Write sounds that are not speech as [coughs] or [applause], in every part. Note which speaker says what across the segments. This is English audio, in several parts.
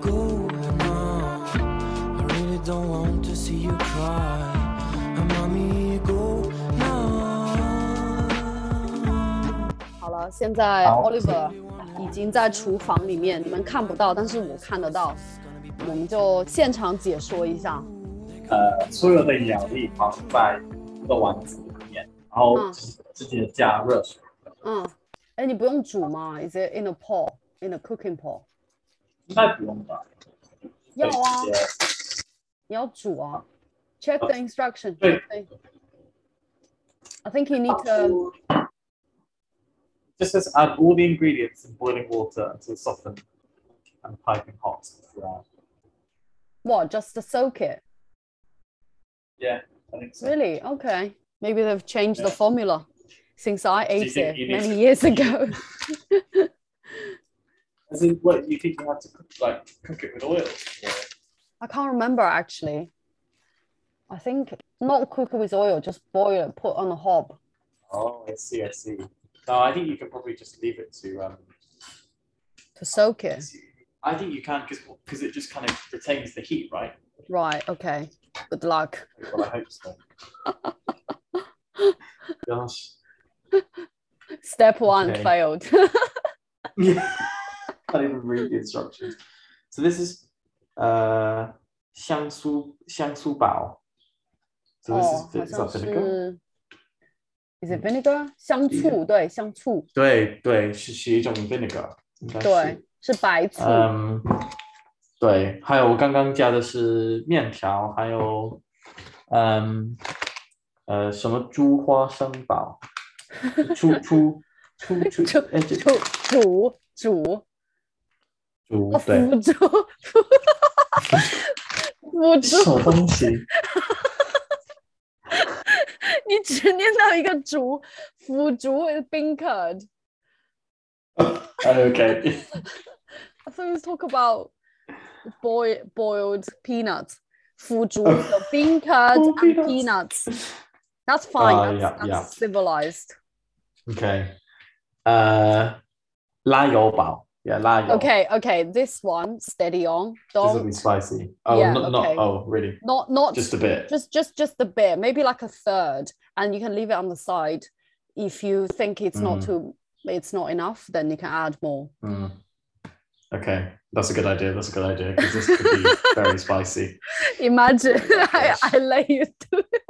Speaker 1: go, Mom. I really don't want to see you cry. Uh, Mommy, go now.
Speaker 2: 好了，现在
Speaker 3: 好
Speaker 2: Oliver 已经在厨房里面，你们看不到，但是我看得到。我们就现场解说一下。
Speaker 3: 呃，所有的咬力防在一个碗子里面，然后
Speaker 2: 嗯
Speaker 3: 直接加热水。
Speaker 2: 嗯，哎，你不用煮吗？Is it in a pot? In a cooking pot?
Speaker 3: 应该不用吧？
Speaker 2: 要
Speaker 3: 可以
Speaker 2: 啊
Speaker 3: 直，接
Speaker 2: 你要煮啊。Check the instruction.
Speaker 3: 对
Speaker 2: 对。I think you need to.
Speaker 3: Just as add all the ingredients in boiling water until softened and piping hot. Yeah,
Speaker 2: What? Just to soak it?
Speaker 3: yeah I think so.
Speaker 2: Really? Okay. Maybe they've changed the
Speaker 3: Yeah.
Speaker 2: formula since I
Speaker 3: you
Speaker 2: ate
Speaker 3: think
Speaker 2: it
Speaker 3: you need
Speaker 2: many
Speaker 3: to-
Speaker 2: years ago. [laughs]
Speaker 3: As in, what you think you have to cook, like cook it with oil? Or
Speaker 2: I can't remember actually. I think not cook it with oil, just boil it, put on a hob.
Speaker 3: Oh, I see, I see. No, I think you can probably just leave it to. Um,
Speaker 2: to soak it.
Speaker 3: I think you can because because it just kind of retains the heat, right?
Speaker 2: Right. Okay. Good luck.
Speaker 3: Well, I hope so. Gosh. [laughs]
Speaker 2: Step one
Speaker 3: Okay.
Speaker 2: failed. [laughs]
Speaker 3: Can't even read the instructions. So this is uh, 香酥香酥堡. So this
Speaker 2: 哦，好
Speaker 3: is, is that
Speaker 2: 像
Speaker 3: vinegar?
Speaker 2: 是。Is it vinegar？香
Speaker 3: 是
Speaker 2: 醋，对，香醋，
Speaker 3: 对对，是是一种 vinegar，应该是
Speaker 2: 对，是白醋。
Speaker 3: 嗯，对，还有我刚刚加的是面条，还有，嗯，呃，什么猪花生堡， [laughs] 出出出
Speaker 2: [laughs]
Speaker 3: 出，
Speaker 2: 猪
Speaker 3: 哎，这
Speaker 2: 煮煮煮，
Speaker 3: 猪
Speaker 2: 哦
Speaker 3: 对，
Speaker 2: [laughs] 辅助，辅助，
Speaker 3: 这什么东西？
Speaker 2: [laughs]
Speaker 3: [laughs]
Speaker 2: 你只念到一个煮，腐竹 bean curd。
Speaker 3: 哎，OK，
Speaker 2: I thought we was talk about boil boiled peanuts. 腐竹 so
Speaker 3: [laughs]
Speaker 2: bean curd
Speaker 3: Oh,
Speaker 2: and peanuts. That's fine. that's
Speaker 3: Uh, yeah,
Speaker 2: that's
Speaker 3: yeah.
Speaker 2: civilized.
Speaker 3: OK，呃，拉油堡，yeah，拉油
Speaker 2: Okay, okay. This one, steady on.
Speaker 3: ，this will be
Speaker 2: Don't
Speaker 3: spicy. Oh,
Speaker 2: Yeah,
Speaker 3: not not
Speaker 2: okay.
Speaker 3: oh, really?
Speaker 2: not not
Speaker 3: Just a bit.
Speaker 2: just just just the bit, maybe like a third, and you can leave it on the side. If you think it's not
Speaker 3: Mhm.
Speaker 2: too, it's not enough, then you can add more. [laughs]
Speaker 3: Mm. Okay, that's a good idea. That's a good idea because this
Speaker 2: [laughs]
Speaker 3: could be very spicy.
Speaker 2: Imagine I,
Speaker 3: gosh.
Speaker 2: I let you do it.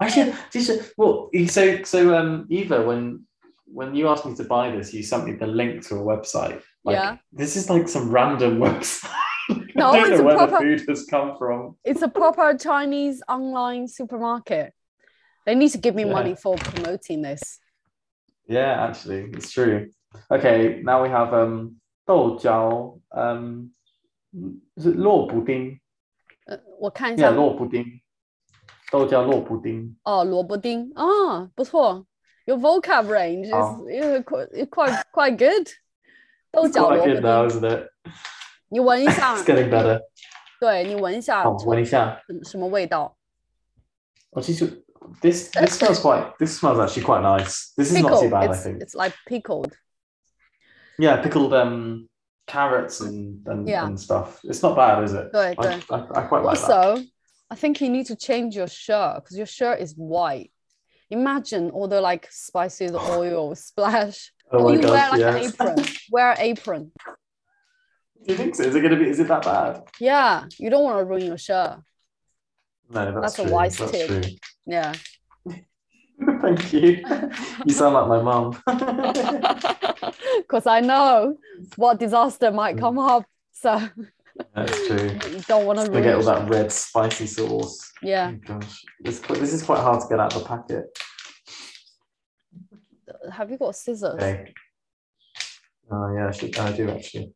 Speaker 3: Actually, just well, you- so so um, Eva, when when you asked me to buy this, you sent me the link to a website. Like,
Speaker 2: Yeah.
Speaker 3: This is like some random [laughs] website.
Speaker 2: No,
Speaker 3: I don't
Speaker 2: it's
Speaker 3: know
Speaker 2: a
Speaker 3: where
Speaker 2: proper-
Speaker 3: the food has come from.
Speaker 2: It's a proper Chinese online supermarket. They need to give me
Speaker 3: Yeah.
Speaker 2: money for promoting this.
Speaker 3: Yeah, actually, it's true. Okay, now we have um, 豆角, um, is it 肉布丁?
Speaker 2: 呃，我看一下
Speaker 3: Yeah, 肉布丁.豆角肉布丁.
Speaker 2: 哦，萝卜丁啊，不错，your vocab range
Speaker 3: 好
Speaker 2: is is quite quite quite good。豆
Speaker 3: Ah. It's
Speaker 2: 角
Speaker 3: quite
Speaker 2: 萝卜
Speaker 3: good now,
Speaker 2: 丁，
Speaker 3: isn't it?
Speaker 2: 你闻一下
Speaker 3: [laughs] It's，getting better.
Speaker 2: 对你闻一下，
Speaker 3: Oh,
Speaker 2: 什
Speaker 3: what is that?
Speaker 2: 什么味道？
Speaker 3: Oh, she's, this this smells quite. This smells actually quite nice. This is not too bad, I
Speaker 2: it's
Speaker 3: think.
Speaker 2: it's like pickled.
Speaker 3: Yeah, pickled um carrots and and,
Speaker 2: Yeah.
Speaker 3: and stuff. It's not bad, is it?
Speaker 2: Good,
Speaker 3: I,
Speaker 2: good.
Speaker 3: I, I quite like that.
Speaker 2: Also, I think you need to change your shirt because your shirt is white. Imagine all the like spices, oil splash.
Speaker 3: Oh
Speaker 2: Or [laughs]
Speaker 3: my
Speaker 2: you wear
Speaker 3: gosh,
Speaker 2: like an
Speaker 3: yeah.
Speaker 2: apron. Wear an apron.
Speaker 3: Do you think so? Is it gonna be? Is it that bad?
Speaker 2: Yeah, you don't want to ruin your shirt.
Speaker 3: No, that's,
Speaker 2: That's a
Speaker 3: true.
Speaker 2: wise
Speaker 3: that's
Speaker 2: tip.
Speaker 3: true.
Speaker 2: Yeah. [laughs]
Speaker 3: [laughs] Thank you. You sound like my mum.
Speaker 2: because I know what disaster might come up. So
Speaker 3: [laughs]
Speaker 2: [laughs]
Speaker 3: that's true.
Speaker 2: you don't want to
Speaker 3: They get all
Speaker 2: ruin.
Speaker 3: that red spicy sauce. Oh
Speaker 2: Yeah,
Speaker 3: my gosh, this this is quite hard to get out of the packet.
Speaker 2: have you got scissors?
Speaker 3: Okay. Oh yeah, I, should, I do actually.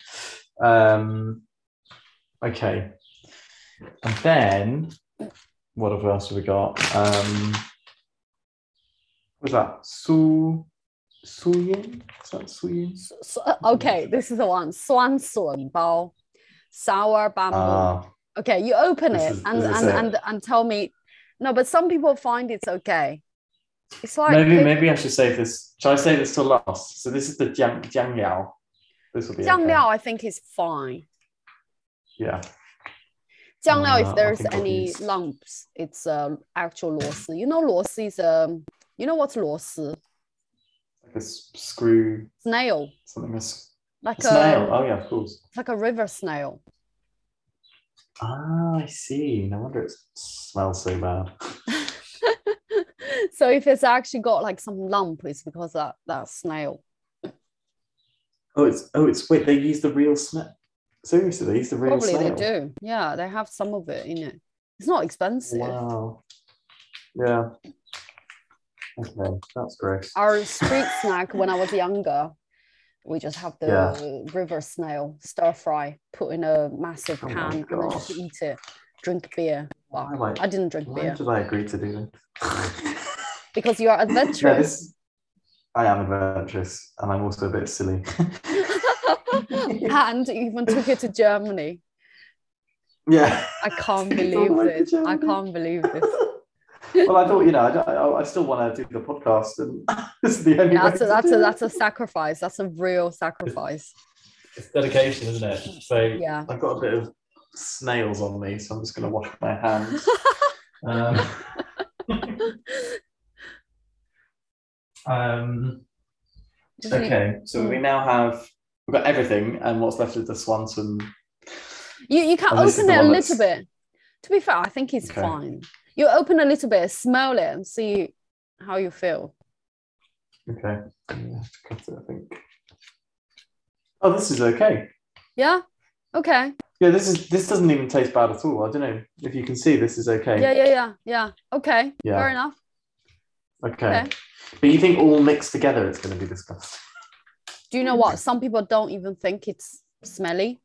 Speaker 3: Um, okay, and then what have- else have we got? Um, what was that? Su Suyin? Is that Suyin?
Speaker 2: S- s-
Speaker 3: [laughs]
Speaker 2: okay, this is the one. Swan sun bao, sour bamboo.
Speaker 3: Ah,
Speaker 2: okay, you open
Speaker 3: this
Speaker 2: it
Speaker 3: is-
Speaker 2: and
Speaker 3: this is
Speaker 2: and,
Speaker 3: it.
Speaker 2: and and tell me. No, but some people find it's okay. It's like
Speaker 3: maybe
Speaker 2: it-
Speaker 3: maybe I should save this. Shall I save this to last? So this is the jiang jiang yao. This will be okay.
Speaker 2: jiang liao. I think is fine.
Speaker 3: yeah.
Speaker 2: Jiang Lao,
Speaker 3: Uh, I
Speaker 2: if there's
Speaker 3: think I'll
Speaker 2: any
Speaker 3: use-
Speaker 2: lumps, it's uh, actual 螺丝. You know 螺丝 is um, you know what's 螺丝?
Speaker 3: Like a s- screw,
Speaker 2: Snail,
Speaker 3: something. A, s-
Speaker 2: like
Speaker 3: a snail.
Speaker 2: a
Speaker 3: Oh, yeah, of course.
Speaker 2: like a river snail. [laughs]
Speaker 3: Ah, I see. No wonder it smells so bad.
Speaker 2: so if it's actually got like some lump, it's because that that snail.
Speaker 3: Oh, it's oh, it's wait. They use the real snail. Seriously, they use the real
Speaker 2: Probably they
Speaker 3: snail.
Speaker 2: do. Yeah, they have some of it in it. It's not expensive.
Speaker 3: Wow. Yeah. Okay, that's gross.
Speaker 2: Our street snack when I was younger, we just have the
Speaker 3: Yeah.
Speaker 2: river snail stir fry, put in a massive
Speaker 3: Oh my
Speaker 2: pan, and then just
Speaker 3: gosh.
Speaker 2: eat it, drink beer. Well,
Speaker 3: Why am I-
Speaker 2: I didn't drink
Speaker 3: Why
Speaker 2: beer
Speaker 3: did I agree to do that?
Speaker 2: [laughs] because you
Speaker 3: [laughs]
Speaker 2: are
Speaker 3: Yeah,
Speaker 2: adventurous.
Speaker 3: this, I am adventurous, and I'm also a bit silly.
Speaker 2: [laughs] and you even took it to Germany.
Speaker 3: yeah. [laughs]
Speaker 2: I can't
Speaker 3: Took it all
Speaker 2: believe
Speaker 3: the way to
Speaker 2: this. I
Speaker 3: Germany.
Speaker 2: can't believe
Speaker 3: [laughs]
Speaker 2: this.
Speaker 3: well, I thought you know I, don't- I, I still want to do the podcast, and [laughs] this is the only.
Speaker 2: Yeah,
Speaker 3: way
Speaker 2: that's
Speaker 3: to
Speaker 2: a, that's
Speaker 3: do
Speaker 2: a
Speaker 3: it.
Speaker 2: that's a sacrifice. That's a real
Speaker 3: [laughs]
Speaker 2: sacrifice.
Speaker 3: It's dedication, isn't it? So
Speaker 2: Yeah.
Speaker 3: I've got a bit of snails on me, so I'm just going to wash my
Speaker 2: [laughs]
Speaker 3: hands. um, um,
Speaker 2: Does he-
Speaker 3: okay, so we now have we've got everything, and what's left is the Swanson.
Speaker 2: You you can
Speaker 3: And this is
Speaker 2: open
Speaker 3: the
Speaker 2: it a
Speaker 3: one
Speaker 2: little bit. To be fair, I think it's
Speaker 3: Okay.
Speaker 2: fine. You open a little bit, smell it, and see how you feel.
Speaker 3: Okay, I have to cut it. I think. Oh, this is okay.
Speaker 2: Yeah. Okay.
Speaker 3: Yeah, this is this doesn't even taste bad at all. I don't know if you can see this is okay.
Speaker 2: Yeah. Yeah. Yeah. Yeah. Okay.
Speaker 3: Yeah.
Speaker 2: Fair enough.
Speaker 3: okay.
Speaker 2: okay.
Speaker 3: But you think all mixed together it's going to be disgusting?
Speaker 2: Do you know what? Some people don't even think it's smelly.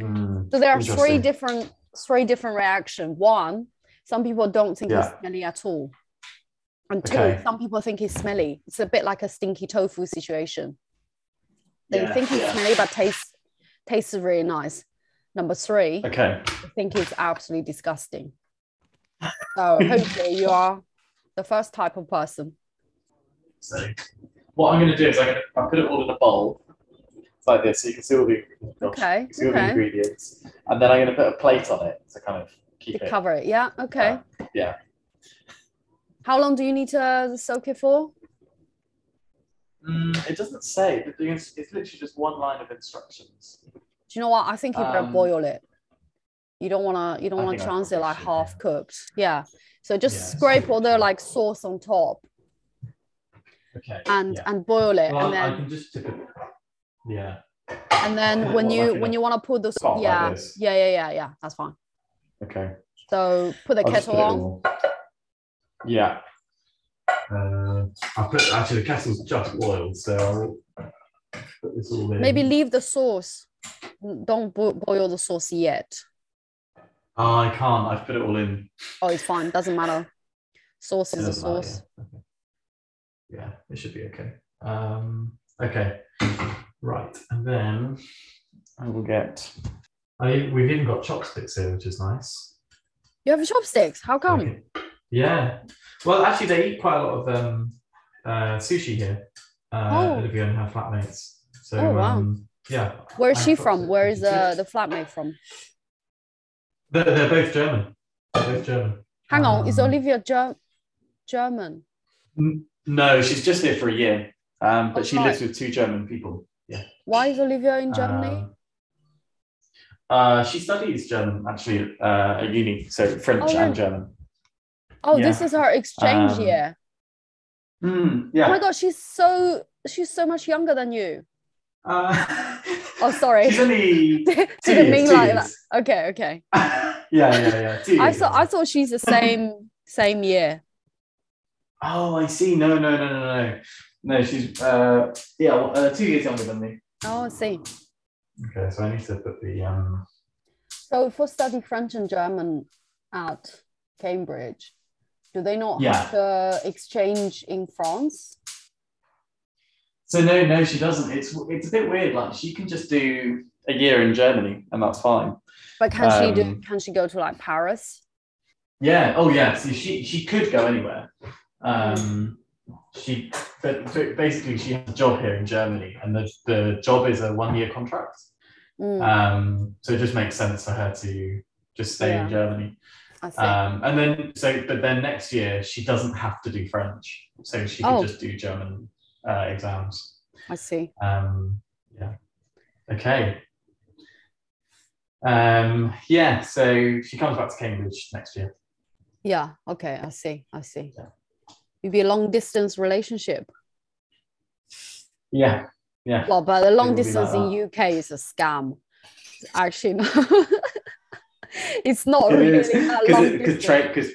Speaker 3: Mm,
Speaker 2: So there are three
Speaker 3: Interesting.
Speaker 2: different three different reaction. One, some people don't think
Speaker 3: Yeah.
Speaker 2: it's smelly at all. And two,
Speaker 3: Okay.
Speaker 2: some people think it's smelly. It's a bit like a stinky tofu situation. They
Speaker 3: Yeah,
Speaker 2: think it's
Speaker 3: yeah.
Speaker 2: smelly but tastes tastes really nice. Number three,
Speaker 3: Okay.
Speaker 2: they think it's absolutely disgusting. So hopefully you are the first type of person.
Speaker 3: So what I'm going to do is I'm going to I put it all in a bowl It's like this, so you can see all the gosh,
Speaker 2: Okay.
Speaker 3: you can see all the
Speaker 2: Okay.
Speaker 3: ingredients, and then I'm going to put a plate on it to kind of keep
Speaker 2: To
Speaker 3: it.
Speaker 2: cover it. Yeah. Okay.
Speaker 3: Uh, yeah.
Speaker 2: How long do you need to soak it for?
Speaker 3: Mm, it doesn't say. but It's, it's literally just one line of instructions.
Speaker 2: Do you know what? I think you better
Speaker 3: Um,
Speaker 2: boil it. You don't wanna you don't
Speaker 3: I
Speaker 2: wanna
Speaker 3: think I
Speaker 2: chance it
Speaker 3: probably
Speaker 2: like
Speaker 3: should,
Speaker 2: half
Speaker 3: yeah.
Speaker 2: cooked. Yeah. So just
Speaker 3: Yeah, it's
Speaker 2: scrape all the
Speaker 3: true.
Speaker 2: like sauce on top
Speaker 3: Okay.
Speaker 2: and and boil it.
Speaker 3: Well,
Speaker 2: and
Speaker 3: I
Speaker 2: then
Speaker 3: can just dip it. Yeah.
Speaker 2: and then when
Speaker 3: well, I
Speaker 2: you
Speaker 3: think
Speaker 2: when
Speaker 3: I-
Speaker 2: you wanna put the s-
Speaker 3: Pot like
Speaker 2: yeah,
Speaker 3: this.
Speaker 2: yeah, yeah, yeah, yeah. That's fine.
Speaker 3: Okay.
Speaker 2: So put the
Speaker 3: I'll just
Speaker 2: kettle
Speaker 3: put it
Speaker 2: on.
Speaker 3: all- Yeah. Uh, I put actually the kettle's just boiled, so I'll put this all in.
Speaker 2: Maybe leave the sauce. N- Don't bo- boil the sauce yet.
Speaker 3: Oh, I can't. I've put it all in.
Speaker 2: Oh, it's fine. Doesn't matter. Sauce is a
Speaker 3: Doesn't matter,
Speaker 2: sauce.
Speaker 3: yeah. Okay. Yeah, it should be okay. Um, okay, right, and then I will get. I we've even got chopsticks here, which is nice.
Speaker 2: You have chopsticks. How come?
Speaker 3: Okay. Yeah. Well, actually, they eat quite a lot of um, uh, sushi here. Uh,
Speaker 2: Oh.
Speaker 3: Olivia and her flatmates. So
Speaker 2: Oh, wow.
Speaker 3: um, yeah,
Speaker 2: Where is
Speaker 3: I
Speaker 2: she
Speaker 3: thought
Speaker 2: from?
Speaker 3: that
Speaker 2: Where
Speaker 3: you
Speaker 2: is uh,
Speaker 3: did.
Speaker 2: the the flatmate from?
Speaker 3: they're, they're both German. They're both German.
Speaker 2: Hang on, is
Speaker 3: Um,
Speaker 2: Olivia Ger- German?
Speaker 3: No, she's just here for a year, um, but
Speaker 2: Oh,
Speaker 3: she
Speaker 2: right.
Speaker 3: lives with two German people. Yeah.
Speaker 2: Why is Olivia in Germany?
Speaker 3: Um, uh, she studies German actually uh, at uni, so French
Speaker 2: Oh, really?
Speaker 3: and German.
Speaker 2: oh,
Speaker 3: yeah.
Speaker 2: this is her exchange
Speaker 3: um,
Speaker 2: year.
Speaker 3: Mm,
Speaker 2: Oh my
Speaker 3: yeah.
Speaker 2: god, she's so she's so much younger than you.
Speaker 3: Uh, [laughs]
Speaker 2: Oh, sorry.
Speaker 3: She's only two
Speaker 2: [laughs] Didn't mean
Speaker 3: years, two
Speaker 2: like that.
Speaker 3: years.
Speaker 2: Okay, okay.
Speaker 3: [laughs] yeah, yeah, yeah. Two
Speaker 2: I
Speaker 3: years.
Speaker 2: thought I thought she's the same same year.
Speaker 3: Oh, I see. No, no, no, no, no. No, she's uh, yeah, well, uh, two years younger than me.
Speaker 2: Oh, I see.
Speaker 3: Okay, so I need to put the um.
Speaker 2: So for study French and German at Cambridge, do they not have to exchange in France?
Speaker 3: So no, no, she doesn't. It's it's a bit weird. Like she can just do a year in Germany, and that's fine.
Speaker 2: But can she do
Speaker 3: Um,
Speaker 2: can she go to like Paris?
Speaker 3: Yeah. Oh, yeah. So she she could go anywhere. Um, she but but basically she has a job here in Germany, and the the job is a one year contract.
Speaker 2: Mm,
Speaker 3: Um, so it just makes sense for her to just stay
Speaker 2: Yeah.
Speaker 3: in Germany.
Speaker 2: I see.
Speaker 3: Um, and then, so, but then next year she doesn't have to do French. So she can
Speaker 2: Oh.
Speaker 3: just do German uh, exams.
Speaker 2: I see.
Speaker 3: Um, yeah. Okay. Um, yeah. So she comes back to Cambridge next year.
Speaker 2: Yeah. Okay. I see. I see.
Speaker 3: Yeah.
Speaker 2: It'd be a long distance relationship.
Speaker 3: Yeah. Yeah.
Speaker 2: Well, but the long
Speaker 3: would be like
Speaker 2: distance in
Speaker 3: that.
Speaker 2: UK is a scam. It's actually, not- [laughs] it's not really
Speaker 3: Because
Speaker 2: that long distance.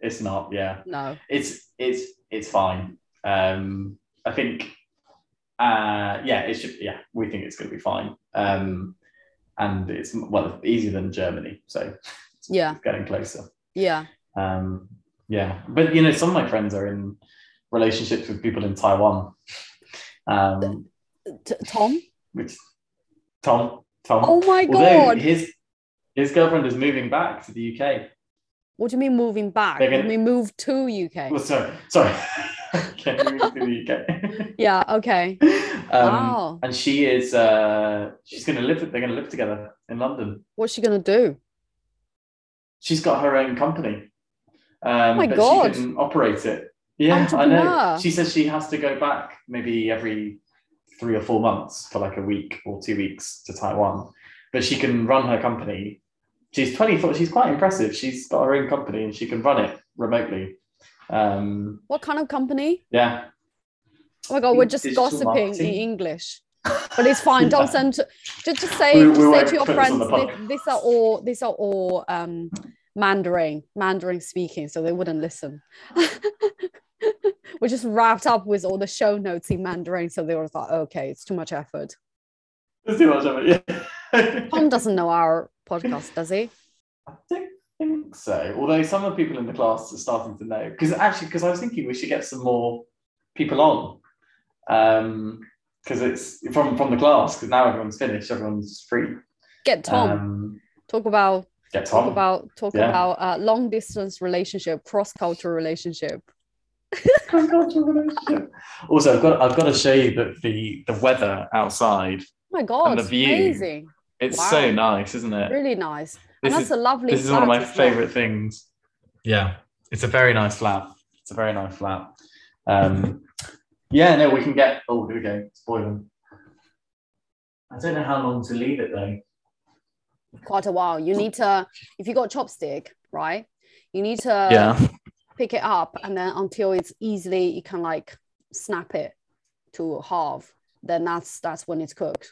Speaker 3: it's not. Yeah.
Speaker 2: no.
Speaker 3: It's it's it's fine. Um, I think. Uh, yeah. It should. Yeah. We think it's going to be fine. Um, and it's well easier than Germany, so
Speaker 2: Yeah.
Speaker 3: it's getting closer.
Speaker 2: Yeah.
Speaker 3: Um, yeah, but you know, some of my friends are in relationships with people in Taiwan. Um,
Speaker 2: T- Tom.
Speaker 3: which Tom, Tom.
Speaker 2: Oh my
Speaker 3: Although
Speaker 2: god.
Speaker 3: his his girlfriend is moving back to the UK.
Speaker 2: What do you mean moving back?
Speaker 3: They're
Speaker 2: We
Speaker 3: gonna-
Speaker 2: move to UK?
Speaker 3: Well, sorry, sorry. [laughs] okay, moving to the UK.
Speaker 2: Yeah. Okay.
Speaker 3: [laughs] um,
Speaker 2: Wow.
Speaker 3: And she is. Uh, she's going to live. They're going to live together in London.
Speaker 2: What's she gonna do?
Speaker 3: She's got her own company. Um,
Speaker 2: Oh my
Speaker 3: but
Speaker 2: God.
Speaker 3: She can operate it. Yeah, I know.
Speaker 2: Entrepreneur.
Speaker 3: She says she has to go back maybe every three or four months for like a week or two weeks to Taiwan, but she can run her company. She's 24. She's quite impressive. She's got her own company and she can run it remotely. Um,
Speaker 2: What kind of company?
Speaker 3: yeah.
Speaker 2: Oh my god, we're
Speaker 3: think
Speaker 2: just
Speaker 3: digital
Speaker 2: gossiping in
Speaker 3: marketing. [laughs]
Speaker 2: English. But it's fine. Don't
Speaker 3: Yeah.
Speaker 2: send to just, just say
Speaker 3: We- we
Speaker 2: just say
Speaker 3: won't
Speaker 2: to your
Speaker 3: put this
Speaker 2: friends
Speaker 3: on the
Speaker 2: thi- these are all these are all um Mandarin, Mandarin speaking, so they wouldn't listen. [laughs] we're just wrapped up with all the show notes in Mandarin, so they were like, okay, it's too much effort.
Speaker 3: There's too much of it. [laughs] Yeah.
Speaker 2: Tom doesn't know our podcast, does he?
Speaker 3: I don't think so. Although some of the people in the class are starting to know, because actually, because I was thinking we should get some more people on, because it's from from the class. Because now everyone's finished, everyone's free.
Speaker 2: Get Tom.
Speaker 3: Um,
Speaker 2: talk about
Speaker 3: get Tom.
Speaker 2: talk about talk
Speaker 3: Um, Yeah.
Speaker 2: about uh, long distance relationship, cross cultural relationship.
Speaker 3: Cross-cultural relationship. Also, I've got I've got to show you that the the weather outside.
Speaker 2: Oh my god,
Speaker 3: the
Speaker 2: it's
Speaker 3: view.
Speaker 2: amazing.
Speaker 3: It's
Speaker 2: Wow.
Speaker 3: so nice, isn't it?
Speaker 2: Really nice. and
Speaker 3: This
Speaker 2: that's
Speaker 3: is
Speaker 2: a lovely
Speaker 3: this is one of
Speaker 2: flat
Speaker 3: my
Speaker 2: as well.
Speaker 3: favorite things. Yeah, it's a very nice flat. It's a very nice flat. Um, yeah, no, we can get. Oh, here we go. It's boiling. I don't know how long to leave it though.
Speaker 2: quite a while you need to if you got chopstick right you need to pick it up and then until it's easily you can like snap it to half then that's that's when it's cooked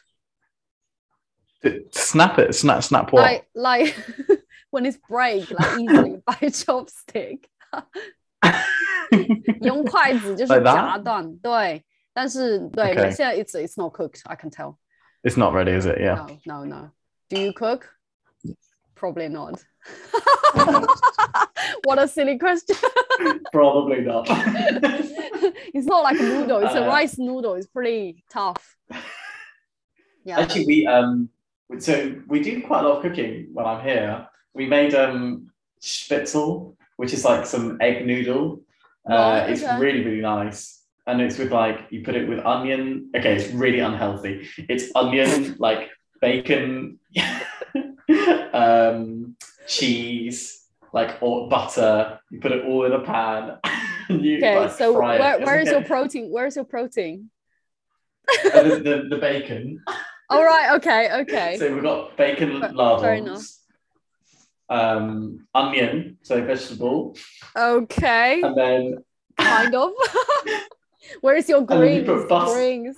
Speaker 3: Snap it. Snap. Snap
Speaker 2: like like [laughs] when it's break like
Speaker 3: [laughs]
Speaker 2: easily by chopstick 用筷子就是
Speaker 3: Like that?
Speaker 2: 夹断，对。但是对
Speaker 3: Okay.
Speaker 2: it's it's not cooked. I can tell.
Speaker 3: it's not ready, is it?
Speaker 2: [laughs]
Speaker 3: Yeah.
Speaker 2: No, no, no. Do you cook? Probably
Speaker 3: [laughs]
Speaker 2: not. what a silly
Speaker 3: [laughs]
Speaker 2: question.
Speaker 3: Probably not.
Speaker 2: [laughs] it's not like a noodle. It's a
Speaker 3: Uh,
Speaker 2: rice noodle. It's pretty tough.
Speaker 3: [laughs]
Speaker 2: Yeah.
Speaker 3: Actually, we um, so we do quite a lot of cooking when I'm here. We made um spitzel, which is like some egg noodle. Uh,
Speaker 2: Right,
Speaker 3: it's
Speaker 2: Oh, okay.
Speaker 3: really really nice, and it's with like you put it with onion. Okay, it's really unhealthy. It's onion,
Speaker 2: [laughs]
Speaker 3: like bacon, [laughs] um, cheese, like or butter. You put it all in a pan. [laughs] and you,
Speaker 2: Okay.
Speaker 3: like,
Speaker 2: So
Speaker 3: fry it.
Speaker 2: where,
Speaker 3: It's
Speaker 2: where is your
Speaker 3: okay.
Speaker 2: protein? Where is your protein? [laughs]
Speaker 3: And the, the, the bacon?
Speaker 2: All right. Okay. Okay.
Speaker 3: [laughs] So we've got bacon
Speaker 2: Fa- fair enough.
Speaker 3: lardons, um, onion, so vegetable,
Speaker 2: Okay.
Speaker 3: and then
Speaker 2: Kind of. [laughs] where is your
Speaker 3: then you
Speaker 2: greens?
Speaker 3: put bus-
Speaker 2: Greens.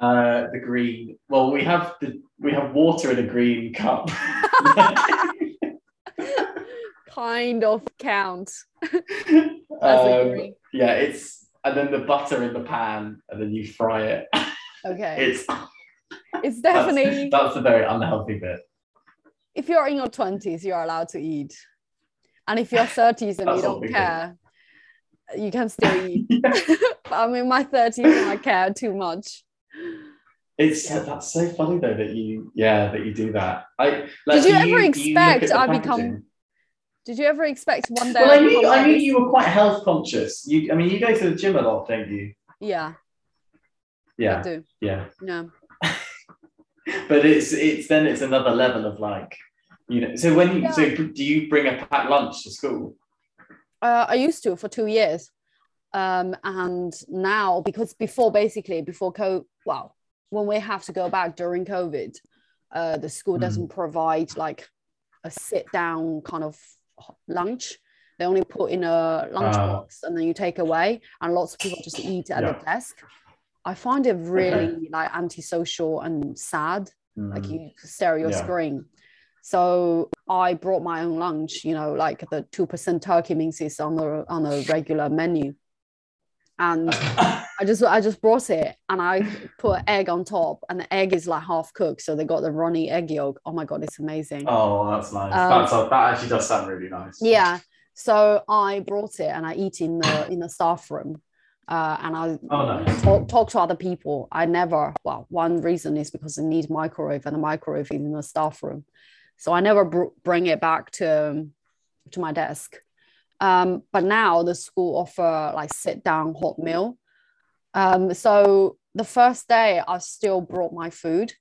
Speaker 3: uh, the green. Well, we have the we have water in a green
Speaker 2: [laughs]
Speaker 3: cup.
Speaker 2: Kind of count. That's a
Speaker 3: [laughs] um,
Speaker 2: green.
Speaker 3: yeah, it's and then the butter in the pan, and then you fry it.
Speaker 2: Okay.
Speaker 3: [laughs] It's that's-
Speaker 2: It's definitely
Speaker 3: that's the very unhealthy bit.
Speaker 2: if you're in your 20s you're allowed to eat and if you're 30s and
Speaker 3: That's
Speaker 2: you
Speaker 3: what we
Speaker 2: don't
Speaker 3: do.
Speaker 2: care you can still eat
Speaker 3: [laughs] Yeah.
Speaker 2: [laughs] but i'm in my 30s and i care too much
Speaker 3: It's that's so funny though that you yeah that you do that. I like,
Speaker 2: Did you
Speaker 3: do
Speaker 2: ever
Speaker 3: do look
Speaker 2: expect
Speaker 3: at the
Speaker 2: I become-
Speaker 3: packaging?
Speaker 2: did you ever expect one day
Speaker 3: Well, I
Speaker 2: I'd
Speaker 3: knew,
Speaker 2: become
Speaker 3: I
Speaker 2: like
Speaker 3: knew
Speaker 2: this?
Speaker 3: you were quite health conscious. You, I mean, you go to the gym a lot, don't you?
Speaker 2: yeah, i
Speaker 3: Yeah,
Speaker 2: do
Speaker 3: yeah.
Speaker 2: yeah
Speaker 3: but it's it's then it's another level of like you know. So when you,
Speaker 2: Yeah.
Speaker 3: so do you bring a packed lunch to school?
Speaker 2: Uh, I used to for two years. Um, and now, because before basically, before COVID, well, when we have to go back during COVID, uh, the school
Speaker 3: Mhm.
Speaker 2: doesn't provide like a sit down kind of lunch. They only put in a lunch
Speaker 3: Ah.
Speaker 2: box and then you take away, and lots of people just eat at
Speaker 3: Yeah.
Speaker 2: the desk. I find it really like antisocial and sad like you stare at your
Speaker 3: Yeah.
Speaker 2: screen. So I brought my own lunch, you know, like the two percent turkey minces on the on the regular menu, and
Speaker 3: Mm.
Speaker 2: I just I just brought it and I put egg on top, and the egg is like half cooked, so they got the runny egg yolk. Oh my god, it's amazing.
Speaker 3: [laughs] oh, that's nice.
Speaker 2: Um,
Speaker 3: that's a, that actually does sound really nice.
Speaker 2: Yeah, so I brought it and I eat in the in the staff room, uh, and I
Speaker 3: Oh, nice.
Speaker 2: talk, talk to other people. I never, well, one reason is because I need microwave and the microwave is in the staff room. So I never br- bring it back to, um, to my desk. Um, but now the school offer like sit down hot meal. Um, so the first day I still brought my food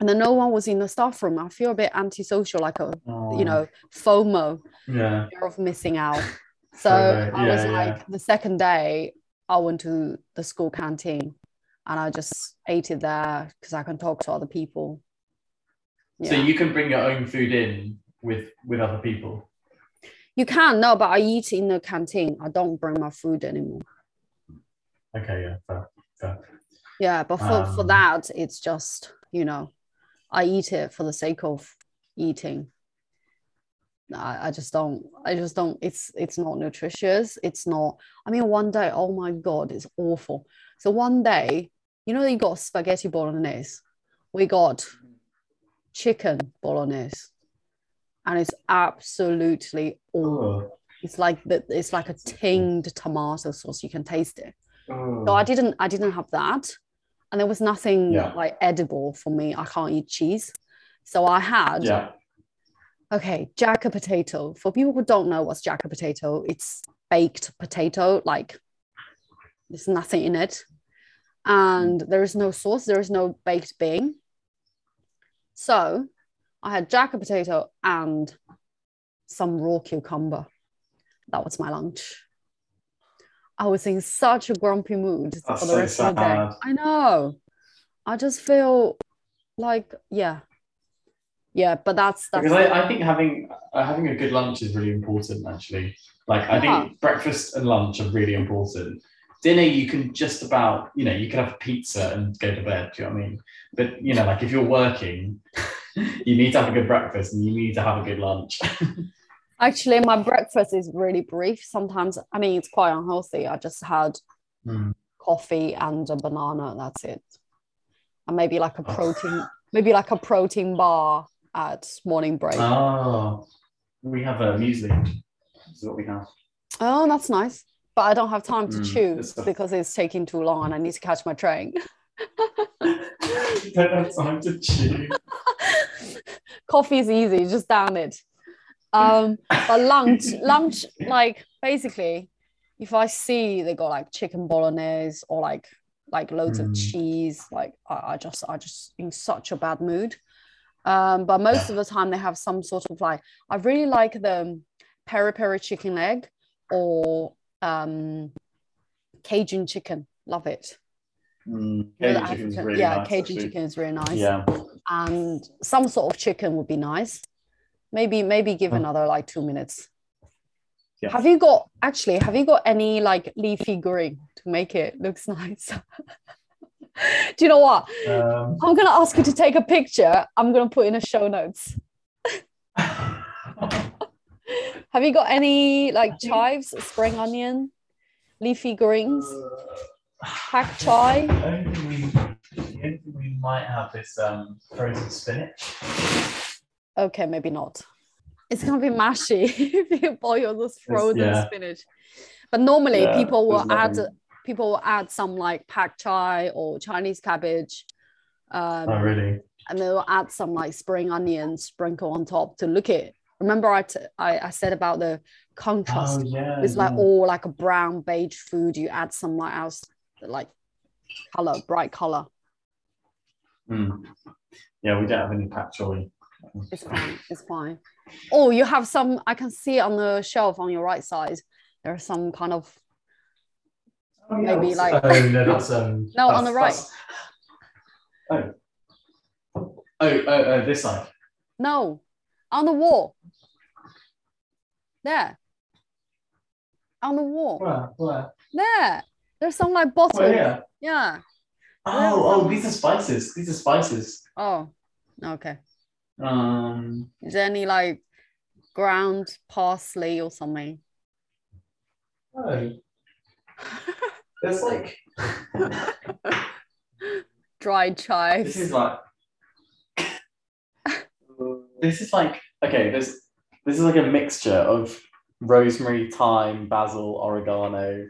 Speaker 2: and then no one was in the staff room. I feel a bit antisocial, like a,
Speaker 3: Oh,
Speaker 2: you know, FOMO
Speaker 3: Yeah.
Speaker 2: fear of missing
Speaker 3: [laughs]
Speaker 2: out. So
Speaker 3: Right,
Speaker 2: I was
Speaker 3: yeah,
Speaker 2: like, the second day, I went to the school canteen and I just ate it there because I can talk to other people. Yeah.
Speaker 3: So
Speaker 2: you-,
Speaker 3: you can bring your own food in with with other people.
Speaker 2: can, no, but I eat in the canteen. I don't bring my food anymore.
Speaker 3: Okay. Yeah. Fair. fair.
Speaker 2: Yeah, but for, for
Speaker 3: Um,
Speaker 2: that, it's just, you know, I eat it for the sake of eating. I, I just don't I just don't it's it's not nutritious. It's not I mean one day, oh my god, it's awful. So one day, you know you got spaghetti bolognese. We got chicken bolognese. And it's absolutely awful.
Speaker 3: Oh.
Speaker 2: It's like the, it's like a tinged tomato sauce. You can taste it.
Speaker 3: Oh.
Speaker 2: So I didn't I didn't have that. And there was nothing
Speaker 3: Yeah.
Speaker 2: like edible for me. I can't eat cheese. So I had
Speaker 3: Yeah.
Speaker 2: okay, jacker potato. For people who don't know what's jacker potato, it's baked potato, like there's nothing in it. And there is no sauce, there is no baked bean. So I had jacker potato and some raw cucumber. That was my lunch. I was in such a grumpy mood
Speaker 3: That's
Speaker 2: for the
Speaker 3: so
Speaker 2: rest of the day.
Speaker 3: sad.
Speaker 2: I know. I just feel like, yeah. Yeah, but that's that's
Speaker 3: because I, I think having uh, having a good lunch is really important actually like i
Speaker 2: Yeah.
Speaker 3: think breakfast and lunch are really important dinner you can just about you know you can have pizza and go to bed do you know what i mean but you know like if you're working [laughs] you need to have a good breakfast and you need to have a good lunch
Speaker 2: Actually, my breakfast is really brief. Sometimes, I mean, it's quite unhealthy. I just had Hmm. coffee and a banana. That's it. And maybe like a
Speaker 3: Oh.
Speaker 2: protein, maybe like a protein bar at morning break.
Speaker 3: oh we have a muesli this is what we have [laughs]
Speaker 2: oh, that's nice. But I don't have time to
Speaker 3: Mm,
Speaker 2: chew
Speaker 3: it's a-
Speaker 2: because it's taking too long and I need to catch my train.
Speaker 3: don't have time to chew
Speaker 2: [laughs] coffee is easy, just down it. Um, but
Speaker 3: [laughs]
Speaker 2: lunch, lunch, like basically, if I see they got like chicken bolognese or like like loads of
Speaker 3: Mm.
Speaker 2: cheese, like I, I just I just in such a bad mood. Um, but most
Speaker 3: [sighs]
Speaker 2: of the time they have some sort of like I really like the peri peri chicken leg or um, Cajun chicken. Love it.
Speaker 3: Mm,
Speaker 2: You know,
Speaker 3: Cajun
Speaker 2: the
Speaker 3: chicken's
Speaker 2: African-
Speaker 3: really
Speaker 2: Hmm. yeah,
Speaker 3: nice,
Speaker 2: Cajun
Speaker 3: actually.
Speaker 2: chicken is really nice
Speaker 3: yeah
Speaker 2: and some sort of chicken would be nice. Maybe maybe give
Speaker 3: Mm.
Speaker 2: another like two minutes.
Speaker 3: Yeah.
Speaker 2: Have you got actually? Have you got any like leafy green to make it looks [laughs] nice? Do you know what?
Speaker 3: [laughs] um,
Speaker 2: I'm gonna ask you to take a picture. I'm gonna put in a show notes. Have you got any like chives, spring onion, leafy greens, pak chai?
Speaker 3: The only thing we, the only thing we might have is um, frozen spinach.
Speaker 2: Okay, maybe not. It's gonna be mashy [laughs] if you boil those frozen
Speaker 3: yeah.
Speaker 2: spinach. But normally
Speaker 3: Yeah,
Speaker 2: people will
Speaker 3: there's
Speaker 2: add
Speaker 3: nothing-
Speaker 2: people will add some like pak chai or Chinese cabbage. Um,
Speaker 3: Oh, really?
Speaker 2: and they'll add some like spring onion sprinkle on top to look it. Remember I, t- I, I said about the contrast.
Speaker 3: Oh, yeah.
Speaker 2: it's like
Speaker 3: yeah.
Speaker 2: all like a brown beige food. You add some like else like color, bright color.
Speaker 3: Mm. Yeah, we don't have any pak choi.
Speaker 2: It's fine. It's fine. Oh, you have some. I can see on the shelf on your right side. There are some kind of
Speaker 3: Oh,
Speaker 2: Maybe
Speaker 3: that's-
Speaker 2: like-
Speaker 4: Oh, no, that's um.
Speaker 2: no on the
Speaker 3: that's-
Speaker 2: right.
Speaker 3: that's- Oh. Oh, oh, oh, this side.
Speaker 2: No, on the wall. There. On the wall.
Speaker 3: Where? Where?
Speaker 2: There. There's some like bottle.
Speaker 3: Well, yeah.
Speaker 2: Yeah.
Speaker 3: Oh, oh,
Speaker 2: um,
Speaker 3: these are spices. These are spices.
Speaker 2: Oh. Okay.
Speaker 3: Um,
Speaker 2: Is there any like ground parsley or something? [laughs]
Speaker 3: oh, there's like
Speaker 2: Dried
Speaker 3: this is
Speaker 2: chives.
Speaker 3: like [coughs] this is like okay. There's this is like a mixture of rosemary, thyme, basil, oregano.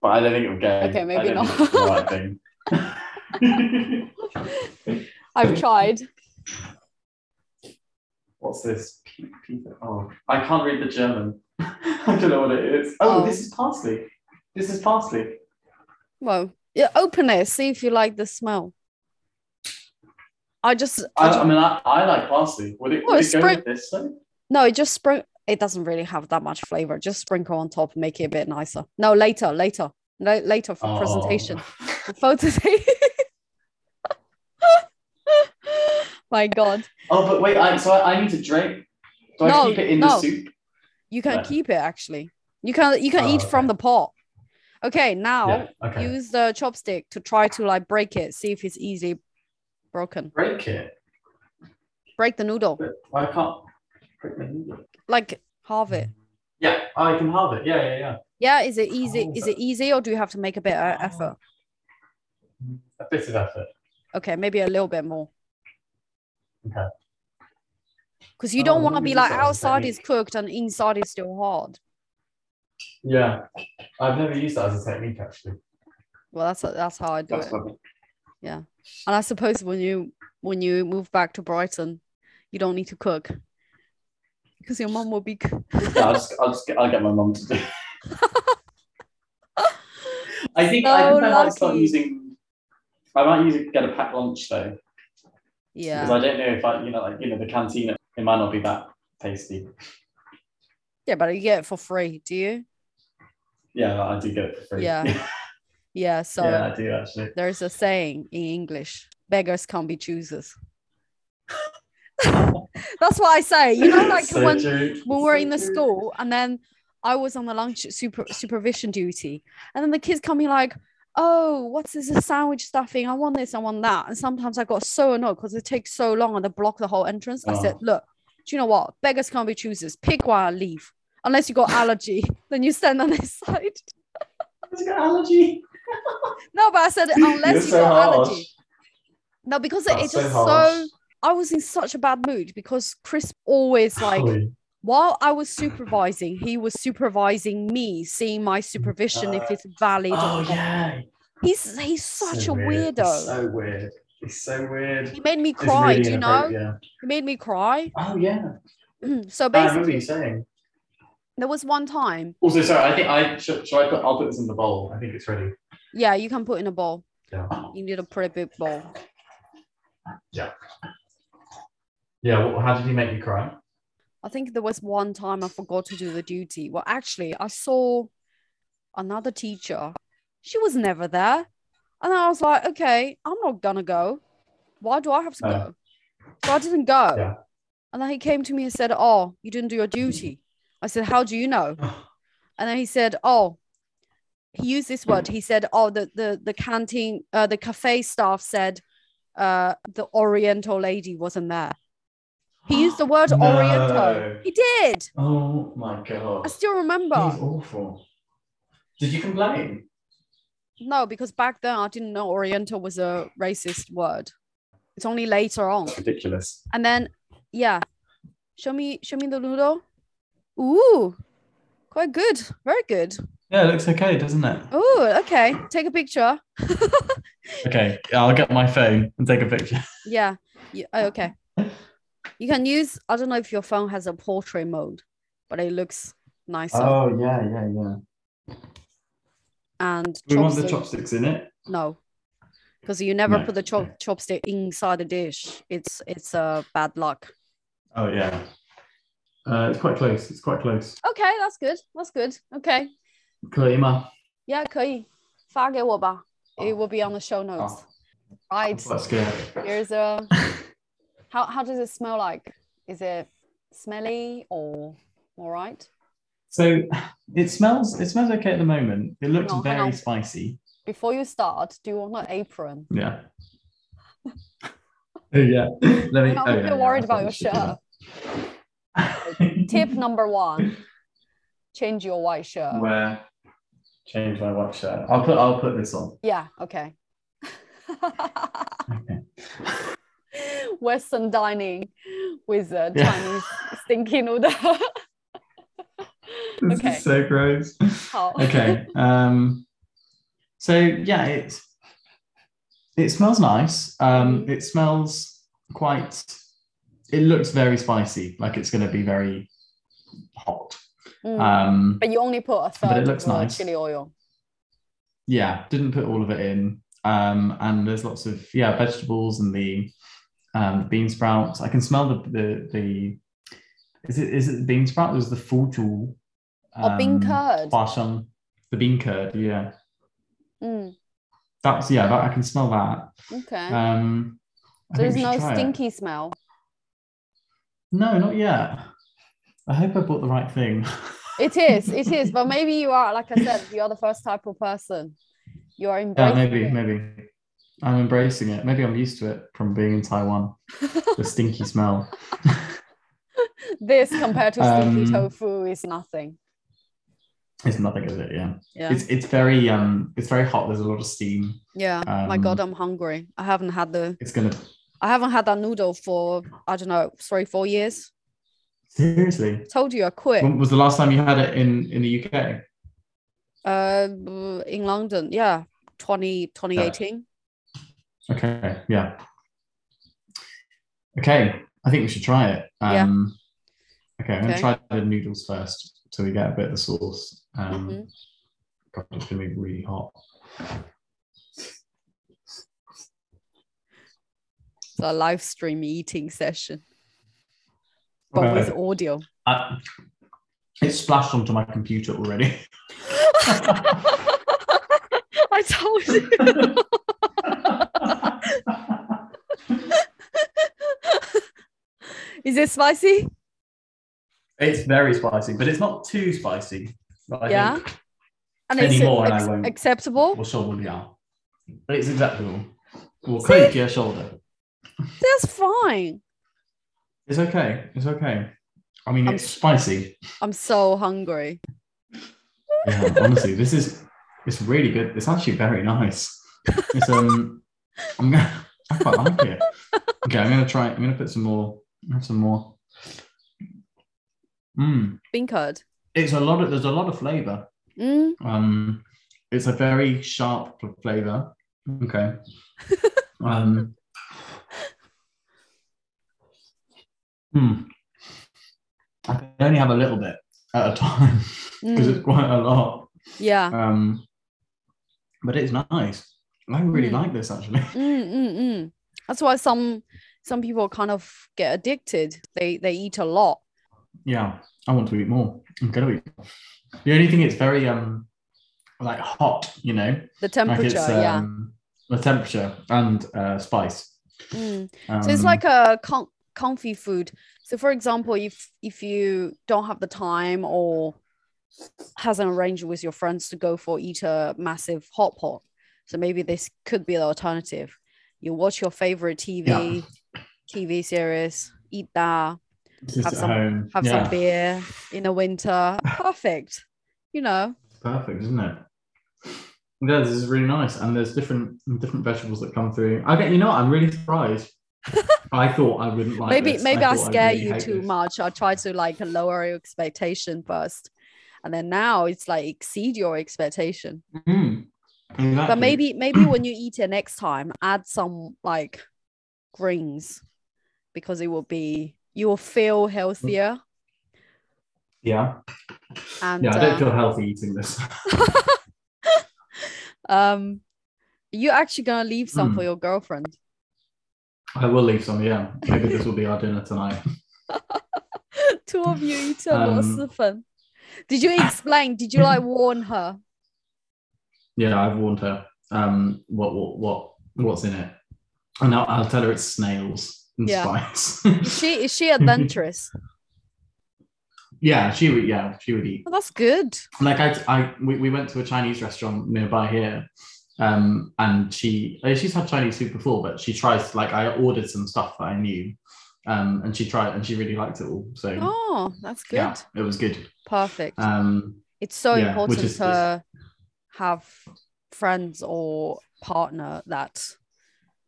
Speaker 3: But I don't think it would go.
Speaker 2: Okay,
Speaker 3: I
Speaker 2: maybe
Speaker 3: don't
Speaker 2: not.
Speaker 3: think it's the right thing.
Speaker 2: I've tried.
Speaker 3: [laughs] What's this? Pe- Peter. Oh, I can't read the German. [laughs] I don't know what it is. Oh,
Speaker 2: Oh.
Speaker 3: this is parsley. This is parsley.
Speaker 2: Well, yeah, open it. See if you like the smell. I just, I
Speaker 3: I, um,
Speaker 2: ju-
Speaker 3: I mean, I, I like parsley. Would it,
Speaker 2: Oh,
Speaker 3: would
Speaker 2: it's
Speaker 3: it go
Speaker 2: spring-
Speaker 3: with this though?
Speaker 2: no, it just spring. It doesn't really have that much flavor. Just sprinkle on top, make it a bit nicer. No, later, later, La- later
Speaker 3: Oh.
Speaker 2: for presentation, for photo day. [laughs] My God,
Speaker 3: Oh, but wait, I, so I, I need to drink. Do I
Speaker 2: No,
Speaker 3: keep it in
Speaker 2: no.
Speaker 3: the soup?
Speaker 2: you can
Speaker 3: Yeah.
Speaker 2: keep it. Actually, you can you can
Speaker 3: Oh,
Speaker 2: eat from
Speaker 3: okay.
Speaker 2: the pot. Okay, now
Speaker 3: Yeah, okay.
Speaker 2: use the chopstick to try to like break it. See if it's easily broken.
Speaker 3: Break it.
Speaker 2: Break the noodle,
Speaker 3: But I can't. break the noodle.
Speaker 2: like halve it.
Speaker 3: Yeah, I can have it. Yeah, yeah, yeah.
Speaker 2: Yeah, is it easy?
Speaker 3: Halve
Speaker 2: Is
Speaker 3: it.
Speaker 2: it easy, or do you have to make a bit of
Speaker 3: Oh.
Speaker 2: effort?
Speaker 3: A bit of effort.
Speaker 2: Okay, maybe a little bit more.
Speaker 3: Okay.
Speaker 2: Because you
Speaker 3: Oh,
Speaker 2: don't
Speaker 3: let
Speaker 2: want to
Speaker 3: me
Speaker 2: be
Speaker 3: do
Speaker 2: like
Speaker 3: something
Speaker 2: outside is
Speaker 3: technique.
Speaker 2: cooked and inside is still hard.
Speaker 3: Yeah, I've never used that as a technique actually.
Speaker 2: Well, that's that's how I do
Speaker 3: That's
Speaker 2: it.
Speaker 3: lovely.
Speaker 2: And I suppose when you when you move back to Brighton, you don't need to cook because your mom will be. c-
Speaker 3: Yeah, I'll just, I'll just get, I'll get my mum to do. it.
Speaker 2: [laughs]
Speaker 3: I think I
Speaker 2: So
Speaker 3: think I might start
Speaker 2: lucky.
Speaker 3: using. I might use get a packed lunch though, because
Speaker 2: Yeah,
Speaker 3: I don't know if I, you know, like you know, the canteen it might not be that tasty.
Speaker 2: yeah, but you get it for free, do you?
Speaker 3: Yeah, I do get it for free. [laughs]
Speaker 2: Yeah. Yeah. So
Speaker 3: yeah, I do actually.
Speaker 2: there's a saying in English: beggars can't be choosers. That's what I say. You know, like
Speaker 3: [laughs] So
Speaker 2: when
Speaker 3: true.
Speaker 2: when we were
Speaker 3: So
Speaker 2: in the
Speaker 3: true.
Speaker 2: school and then I was on the lunch super supervision duty and then the kids come in like oh what's this sandwich stuffing I want this I want that and sometimes I got so annoyed because it takes so long and they block the whole entrance I said
Speaker 3: Oh.
Speaker 2: look do you know what beggars can't be choosers pick one and leave unless
Speaker 3: [laughs]
Speaker 2: you got allergy then you stand on this [laughs] side
Speaker 3: Has he got allergy?
Speaker 2: no but I said unless
Speaker 3: You're
Speaker 2: you
Speaker 3: so
Speaker 2: got
Speaker 3: harsh.
Speaker 2: allergy no because it,
Speaker 3: That's
Speaker 2: it just so
Speaker 3: harsh.
Speaker 2: I was in such a bad mood because Chris always like
Speaker 3: Holy.
Speaker 2: while I
Speaker 3: [laughs]
Speaker 2: was supervising, he was supervising me, seeing my supervision if it's valid. or
Speaker 3: oh
Speaker 2: not.
Speaker 3: yeah,
Speaker 2: He's he's such
Speaker 3: So
Speaker 2: a
Speaker 3: weird.
Speaker 2: weirdo.
Speaker 3: It's so weird. It's so weird.
Speaker 2: he made me
Speaker 3: It's
Speaker 2: cry.
Speaker 3: really
Speaker 2: do you know?
Speaker 3: inappropriate.
Speaker 2: He made me cry. [clears throat]
Speaker 3: Oh yeah.
Speaker 2: so
Speaker 3: I remember
Speaker 2: basically,
Speaker 3: you saying.
Speaker 2: there was one time.
Speaker 3: Also, sorry. I think I should. Should I put? I'll put this in the bowl. I think it's ready.
Speaker 2: Yeah, you can put in a bowl.
Speaker 3: Yeah.
Speaker 2: You need a pretty big bowl.
Speaker 3: Yeah. Well, how did he make you cry?
Speaker 2: I think there was one time I forgot to do the duty. Well, actually, I saw another teacher. She was never there. And I was like, okay, I'm not going to go. Why do I have to
Speaker 3: Oh.
Speaker 2: go? So I didn't go.
Speaker 3: Yeah.
Speaker 2: And then he came to me and said, oh, you didn't do your duty. I said, how do you know? And then he said, oh, he used this word. He said, oh, the, the, the canteen, uh, the cafe staff said uh, the Oriental lady wasn't there. He used the word Oriental.
Speaker 3: No.
Speaker 2: He did.
Speaker 3: Oh my god.
Speaker 2: I still
Speaker 3: He's
Speaker 2: remember.
Speaker 3: awful. Did you complain?
Speaker 2: No, because back then I didn't know Oriental was a racist word. It's only later on.
Speaker 3: ridiculous.
Speaker 2: And then, yeah, show me, show me the noodle. Ooh, quite good. Very good.
Speaker 3: Yeah, it looks okay, doesn't it?
Speaker 2: [laughs] Ooh, okay. Take a picture.
Speaker 3: Okay, I'll get my phone and take a picture.
Speaker 2: Yeah. You, oh, okay. You can use. I don't know if your phone has a portrait mode, but it looks nicer.
Speaker 3: Oh yeah, yeah, yeah.
Speaker 2: and
Speaker 3: Do we want the
Speaker 2: chopstick-
Speaker 3: chopsticks in it?
Speaker 2: No. because you never
Speaker 3: No.
Speaker 2: put the chop- chopstick inside the dish. It's it's a uh, bad luck.
Speaker 3: Oh yeah. Uh, it's quite close. It's quite close.
Speaker 2: Okay, that's good. That's good. Okay.
Speaker 3: 可以吗？
Speaker 2: Yeah, 可以。发给我吧。It will be on the show notes.
Speaker 3: Oh.
Speaker 2: Right.
Speaker 3: Let's go.
Speaker 2: Here's
Speaker 3: [laughs]
Speaker 2: a how how does it smell like? Is it smelly or all right?
Speaker 3: So it smells. It smells okay at the moment. It looked
Speaker 2: No, hang
Speaker 3: very
Speaker 2: on.
Speaker 3: spicy.
Speaker 2: Before you start, do you want an apron? [laughs]
Speaker 3: Yeah. oh yeah. Let me.
Speaker 2: I'm a
Speaker 3: oh,
Speaker 2: bit
Speaker 3: yeah, yeah,
Speaker 2: worried
Speaker 3: I thought
Speaker 2: about your
Speaker 3: you should [laughs] do that.
Speaker 2: Tip number one, change your white shirt.
Speaker 3: Where? Change my watch shirt. I'll put. I'll put this on.
Speaker 2: Yeah, okay. [laughs]
Speaker 3: Okay.
Speaker 2: Western dining with a
Speaker 3: Yeah.
Speaker 2: Chinese stinky noodle. [laughs]
Speaker 3: This
Speaker 2: Okay.
Speaker 3: is so gross.
Speaker 2: How?
Speaker 3: okay. Um, so yeah, it's it smells nice. Um, it smells quite. It looks very spicy, like it's going to be very hot.
Speaker 2: Mm.
Speaker 3: Um,
Speaker 2: but you only put a
Speaker 3: but it
Speaker 2: third of
Speaker 3: looks
Speaker 2: the
Speaker 3: nice.
Speaker 2: chili oil.
Speaker 3: yeah, didn't put all of it in. Um, and there's lots of yeah vegetables and the um, bean sprouts. I can smell the the the. Is it is it the bean sprout? There's the futu. Um,
Speaker 2: Oh, bean curd.
Speaker 3: hua sheng, the bean curd. Yeah,
Speaker 2: Mm,
Speaker 3: that's yeah. That, I can smell that.
Speaker 2: okay.
Speaker 3: Um, I think
Speaker 2: There's
Speaker 3: we should
Speaker 2: no
Speaker 3: try it.
Speaker 2: stinky smell.
Speaker 3: No, not yet. I hope I bought the right thing.
Speaker 2: It is, it is. But maybe you are, like I said, you are the first type of person. You are
Speaker 3: [laughs] yeah,
Speaker 2: embracing.
Speaker 3: maybe,
Speaker 2: it.
Speaker 3: maybe. I'm embracing it. Maybe I'm used to it from being in
Speaker 2: [laughs]
Speaker 3: Taiwan. The stinky smell.
Speaker 2: This compared to stinky
Speaker 3: Um,
Speaker 2: tofu is nothing.
Speaker 3: It's nothing, is it? Yeah.
Speaker 2: Yeah.
Speaker 3: It's it's very um it's very hot. There's a lot of steam.
Speaker 2: yeah. My God,
Speaker 3: um,
Speaker 2: I'm hungry. I haven't had the
Speaker 3: It's gonna
Speaker 2: I haven't had that noodle for I don't know three four years.
Speaker 3: seriously.
Speaker 2: Told you I quit.
Speaker 3: When was the last time you had it in in the UK?
Speaker 2: Uh, in London, yeah, 20, 2018.
Speaker 3: Okay, yeah. Okay, I think we should try it.
Speaker 2: Yeah.
Speaker 3: Um, Okay, I'm
Speaker 2: Okay.
Speaker 3: gonna try the noodles first, so we get a bit of the sauce. Um,
Speaker 2: Mhm.
Speaker 3: God, it's gonna be really hot.
Speaker 2: It's a live stream eating session, but
Speaker 3: Okay.
Speaker 2: with
Speaker 3: [laughs]
Speaker 2: audio. [laughs]
Speaker 3: I, it's splashed onto my computer already. [laughs]
Speaker 2: I told you. [laughs] Is it spicy?
Speaker 3: it's very spicy, but it's not too spicy. But I
Speaker 2: Yeah. Oh.
Speaker 3: think
Speaker 2: And is it
Speaker 3: Anymore, and I
Speaker 2: ac-
Speaker 3: won't.
Speaker 2: acceptable?
Speaker 3: we'll show It's exactly all. Well, close your shoulder.
Speaker 2: That's fine.
Speaker 3: It's okay. It's okay. I mean,
Speaker 2: I'm-
Speaker 3: it's spicy.
Speaker 2: I'm so hungry.
Speaker 3: Yeah, honestly, this is it's really good. It's actually very nice. It's um, I'm gonna, I quite like it. Okay, I'm gonna try. I'm gonna put some more. Have some more. Mm.
Speaker 2: Bean curd.
Speaker 3: It's a lot of. There's a lot of flavor.
Speaker 2: Mm,
Speaker 3: Um, it's a very sharp flavor. Okay. Um. hmm. I can only have a little bit at a time because
Speaker 2: mm,
Speaker 3: it's quite a lot.
Speaker 2: yeah.
Speaker 3: Um, but it's nice. I really
Speaker 2: Mm.
Speaker 3: like this actually. [laughs]
Speaker 2: Mm, mm, mm. That's why some some people kind of get addicted. They they eat a lot.
Speaker 3: Yeah, I want to eat more. I'm gonna eat. More. The only thing it's very um like hot, you know,
Speaker 2: The
Speaker 3: like
Speaker 2: temperature,
Speaker 3: it's
Speaker 2: yeah.
Speaker 3: um, the temperature and uh, spice.
Speaker 2: Mm.
Speaker 3: Um,
Speaker 2: so it's like a com- comfy food so for example if if you don't have the time or hasn't arranged with your friends to go for eat a massive hot pot so maybe this could be the alternative you watch your favorite tv tv series eat that
Speaker 3: it's just
Speaker 2: have
Speaker 3: at
Speaker 2: some-
Speaker 3: home.
Speaker 2: have
Speaker 3: yeah,
Speaker 2: some beer in the winter perfect you know
Speaker 3: perfect, isn't it? Yeah, this is really nice, and there's different different vegetables that come through. I get you know what? I'm really
Speaker 2: [laughs]
Speaker 3: surprised. I thought I wouldn't like.
Speaker 2: maybe
Speaker 3: this.
Speaker 2: maybe i,
Speaker 3: thought I'd
Speaker 2: scare
Speaker 3: really
Speaker 2: you
Speaker 3: hate
Speaker 2: too
Speaker 3: this.
Speaker 2: much i try to like lower your expectation first and then now it's like exceed your expectation
Speaker 3: Mm, exactly.
Speaker 2: but maybe maybe when you eat it next time add some like greens because it will be you will feel healthier
Speaker 3: Yeah.
Speaker 2: and
Speaker 3: Yeah, I don't
Speaker 2: uh,
Speaker 3: feel Hmm. healthy eating this.
Speaker 2: um you actually gonna leave some for your girlfriend?
Speaker 3: [laughs]
Speaker 2: [laughs]
Speaker 3: I will leave some, yeah. Maybe this will be our dinner tonight.
Speaker 2: Two of you eat a lot of
Speaker 3: Um,
Speaker 2: stuffing. Did you explain? Did you like warn her?
Speaker 3: Yeah, I've warned her. Um, what what what what's in it? And I'll, I'll tell her it's snails and
Speaker 2: Yeah. Is
Speaker 3: spiders.
Speaker 2: she is she adventurous?
Speaker 3: [laughs] yeah, she would. Yeah, she would eat.
Speaker 2: Well, that's good.
Speaker 3: Like I, I we, we went to a Chinese restaurant nearby here, um, and she uh, she's had Chinese food before, but she tries like I ordered some stuff that I knew, um, and she tried and she really liked it all. So
Speaker 2: Oh, that's good.
Speaker 3: yeah, it was good.
Speaker 2: Perfect.
Speaker 3: Um,
Speaker 2: it's so
Speaker 3: yeah, which
Speaker 2: important
Speaker 3: is-
Speaker 2: to have friends or partner that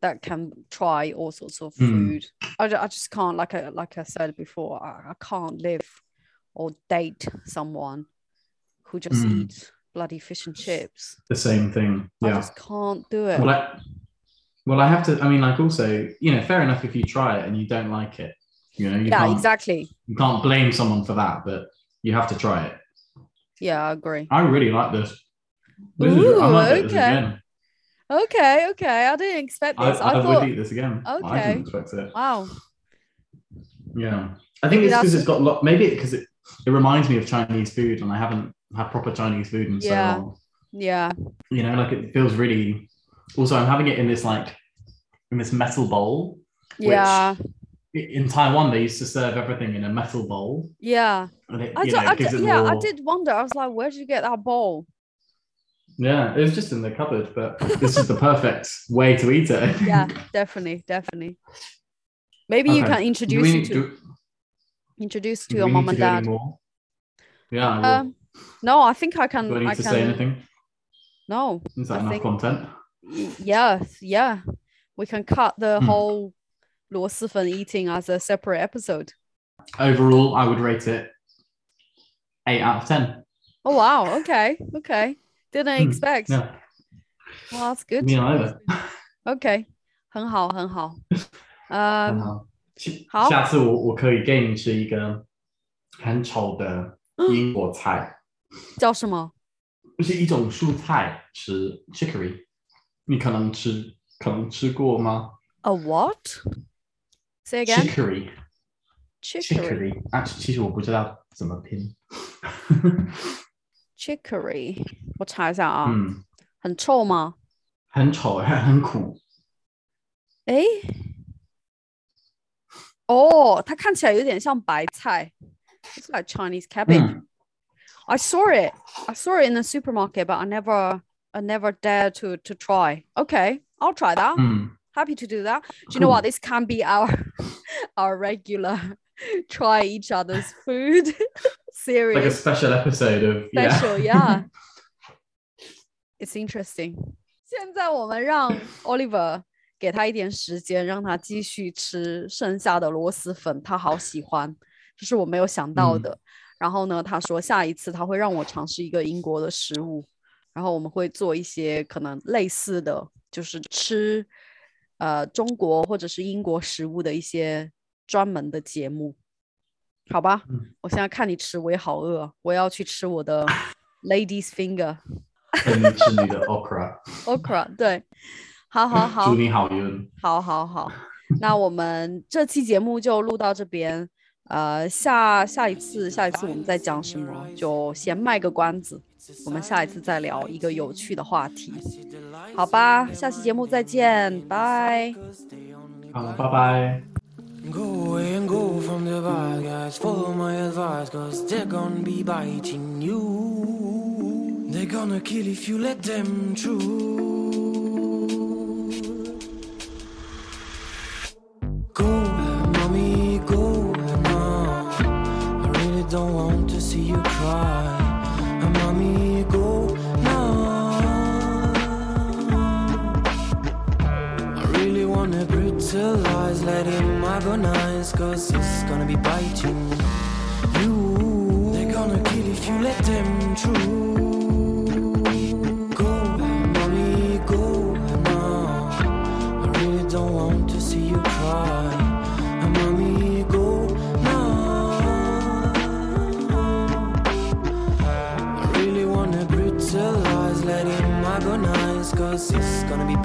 Speaker 2: that can try all sorts of
Speaker 3: Mm.
Speaker 2: food I, ju- I just can't like I, like I said before I, I can't live or date someone who just
Speaker 3: Mm.
Speaker 2: eats bloody fish and chips
Speaker 3: the same thing.
Speaker 2: I
Speaker 3: Yeah.
Speaker 2: just can't do it
Speaker 3: Well, I, well, I have to. I mean, like, also, you know, fair enough if you try it and you don't like it. You know, you
Speaker 2: yeah
Speaker 3: can't,
Speaker 2: exactly
Speaker 3: You can't blame someone for that, but you have to try it.
Speaker 2: yeah I agree
Speaker 3: I really like this. This is-
Speaker 2: Ooh,
Speaker 3: I might do this
Speaker 2: okay.
Speaker 3: again.
Speaker 2: okay okay I didn't expect
Speaker 3: I,
Speaker 2: this I,
Speaker 3: I,
Speaker 2: thought
Speaker 3: would eat this again. I
Speaker 2: Okay.
Speaker 3: didn't expect it.
Speaker 2: wow
Speaker 3: Yeah, I think it's
Speaker 2: That's-
Speaker 3: because it's got a lot. Maybe because it, it reminds me of Chinese food, and I haven't had proper Chinese food in
Speaker 2: Yeah.
Speaker 3: so long.
Speaker 2: yeah
Speaker 3: You know, like it feels really. Also, I'm having it in this like in this metal bowl. Which-
Speaker 2: yeah
Speaker 3: In Taiwan, they used to serve everything in a metal bowl.
Speaker 2: yeah
Speaker 3: And it,
Speaker 2: I,
Speaker 3: you
Speaker 2: do,
Speaker 3: know,
Speaker 2: I
Speaker 3: it gives
Speaker 2: do-
Speaker 3: it
Speaker 2: yeah I
Speaker 3: more-
Speaker 2: did wonder I was like where did you get that bowl
Speaker 3: Yeah, it was just in the cupboard, but
Speaker 2: [laughs]
Speaker 3: this is the perfect way to eat it. I think. [laughs]
Speaker 2: yeah definitely definitely maybe you
Speaker 3: Okay.
Speaker 2: can
Speaker 3: Do
Speaker 2: introduce
Speaker 3: we
Speaker 2: you
Speaker 3: need
Speaker 2: to
Speaker 3: do, do
Speaker 2: introduce to
Speaker 3: we
Speaker 2: your
Speaker 3: need
Speaker 2: mom
Speaker 3: to
Speaker 2: and
Speaker 3: do any
Speaker 2: dad
Speaker 3: more? Yeah. I will.
Speaker 2: um no i think i
Speaker 3: do I
Speaker 2: can
Speaker 3: need
Speaker 2: Um, i
Speaker 3: to say
Speaker 2: can
Speaker 3: anything?
Speaker 2: no
Speaker 3: Is that
Speaker 2: I
Speaker 3: enough
Speaker 2: think-
Speaker 3: content?
Speaker 2: y- yes yeah we can cut the
Speaker 3: Hmm.
Speaker 2: whole 螺蛳粉 eating as a separate episode
Speaker 3: Overall, I would rate it eight out of ten.
Speaker 2: oh wow okay okay didn't
Speaker 3: Hmm,
Speaker 2: expect
Speaker 3: Yeah,
Speaker 2: well that's good Um,
Speaker 3: me neither. [laughs]
Speaker 2: okay 很好很好 um 好。
Speaker 3: 下次我我可以给你吃一个很丑
Speaker 2: [gasps]
Speaker 3: 的英国菜，
Speaker 2: 叫什么
Speaker 3: 是一种蔬菜，是 chicory。你可能吃可能吃过吗
Speaker 2: a what say again
Speaker 3: ？chicory。
Speaker 2: chicory
Speaker 3: Chicory，啊，其实我不知道怎么
Speaker 2: [laughs]
Speaker 3: 拼。
Speaker 2: chicory 我查一下啊、
Speaker 3: 嗯，
Speaker 2: 很臭吗
Speaker 3: 很丑，很很苦。
Speaker 2: 诶，哦，Oh, 它看起来有点像白菜，It's like Chinese cabbage.
Speaker 3: 嗯
Speaker 2: I saw it. I saw it in the supermarket, but I never, I never dare to to try. Okay, I'll try that.
Speaker 3: 嗯，
Speaker 2: Happy to Oh, do that. Do you know what? This can be our [laughs] our regular [laughs] try each other's food [laughs]
Speaker 3: like a
Speaker 2: series
Speaker 3: special episode of
Speaker 2: special.
Speaker 3: yeah
Speaker 2: Yeah, it's interesting. 现在我们让 Oliver 给他一点时间，让他继续吃剩下的螺蛳粉，他好喜欢，这是我没有想到
Speaker 3: 嗯
Speaker 2: 的。然后呢，他说下一次他会让我尝试一个英国的食物，然后我们会做一些可能类似的，就是吃呃中国或者是英国食物的一些专门的节目，好吧？
Speaker 3: 嗯
Speaker 2: 我现在看你吃，我也好饿，我要去吃我
Speaker 3: [laughs]
Speaker 2: 的 lady's finger
Speaker 3: 跟你吃你的
Speaker 2: [laughs]
Speaker 3: okra，
Speaker 2: okra。对，好好好
Speaker 3: 祝，你好运，
Speaker 2: 好好好，那我们这期节目就录到这边。呃，下下一次，下一次我们再讲什么，就先卖个关子，我们下一次再聊一个有趣的话题，好吧？下期节目再见，拜。
Speaker 3: 好，拜拜。
Speaker 1: Go away and go from the bad guys. Follow my advice, cause they're gonna be biting you. They're gonna kill if you let them through. Go, mommy, go now. I really don't want to see you cry. And mommy, go now. I really wanna brutalize, let him agonize, cause he's gonna be biting you. They're gonna kill if you let them through. Go, mommy, go now. I really don't want to see you cry. And mommy, go now. I really wanna brutalize, let him agonize, cause he's gonna be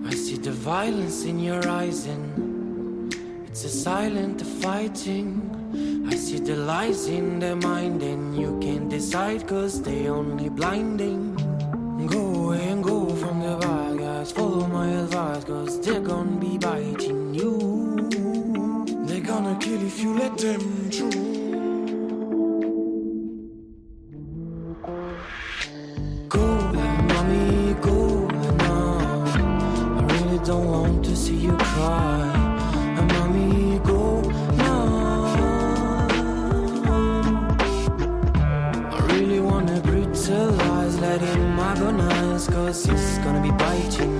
Speaker 1: silence in your eyes, and it's a silent fighting. I see the lies in their mind, and you can't decide, cause they only blinding. Go away and go from the bad guys, follow my advice, cause they're gonna be biting you. They're gonna kill if you let them through. Go, mommy, go now. I really don't want to see you cry. And mommy, go now. I really wanna brutalize, let him agonize, cause he's gonna be biting